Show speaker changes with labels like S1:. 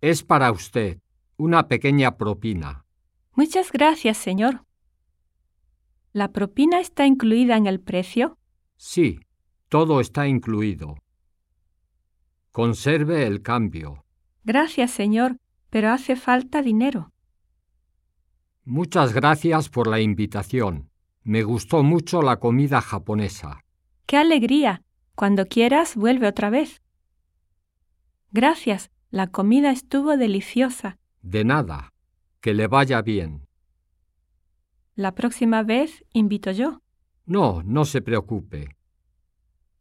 S1: Es para usted una pequeña propina.
S2: Muchas gracias, señor. ¿La propina está incluida en el precio?
S1: Sí, todo está incluido. Conserve el cambio.
S2: Gracias, señor, pero hace falta dinero.
S1: Muchas gracias por la invitación. Me gustó mucho la comida japonesa.
S2: ¡Qué alegría! Cuando quieras, vuelve otra vez. Gracias, la comida estuvo deliciosa.
S1: De nada. Que le vaya bien.
S2: La próxima vez invito yo.
S1: No, no se preocupe.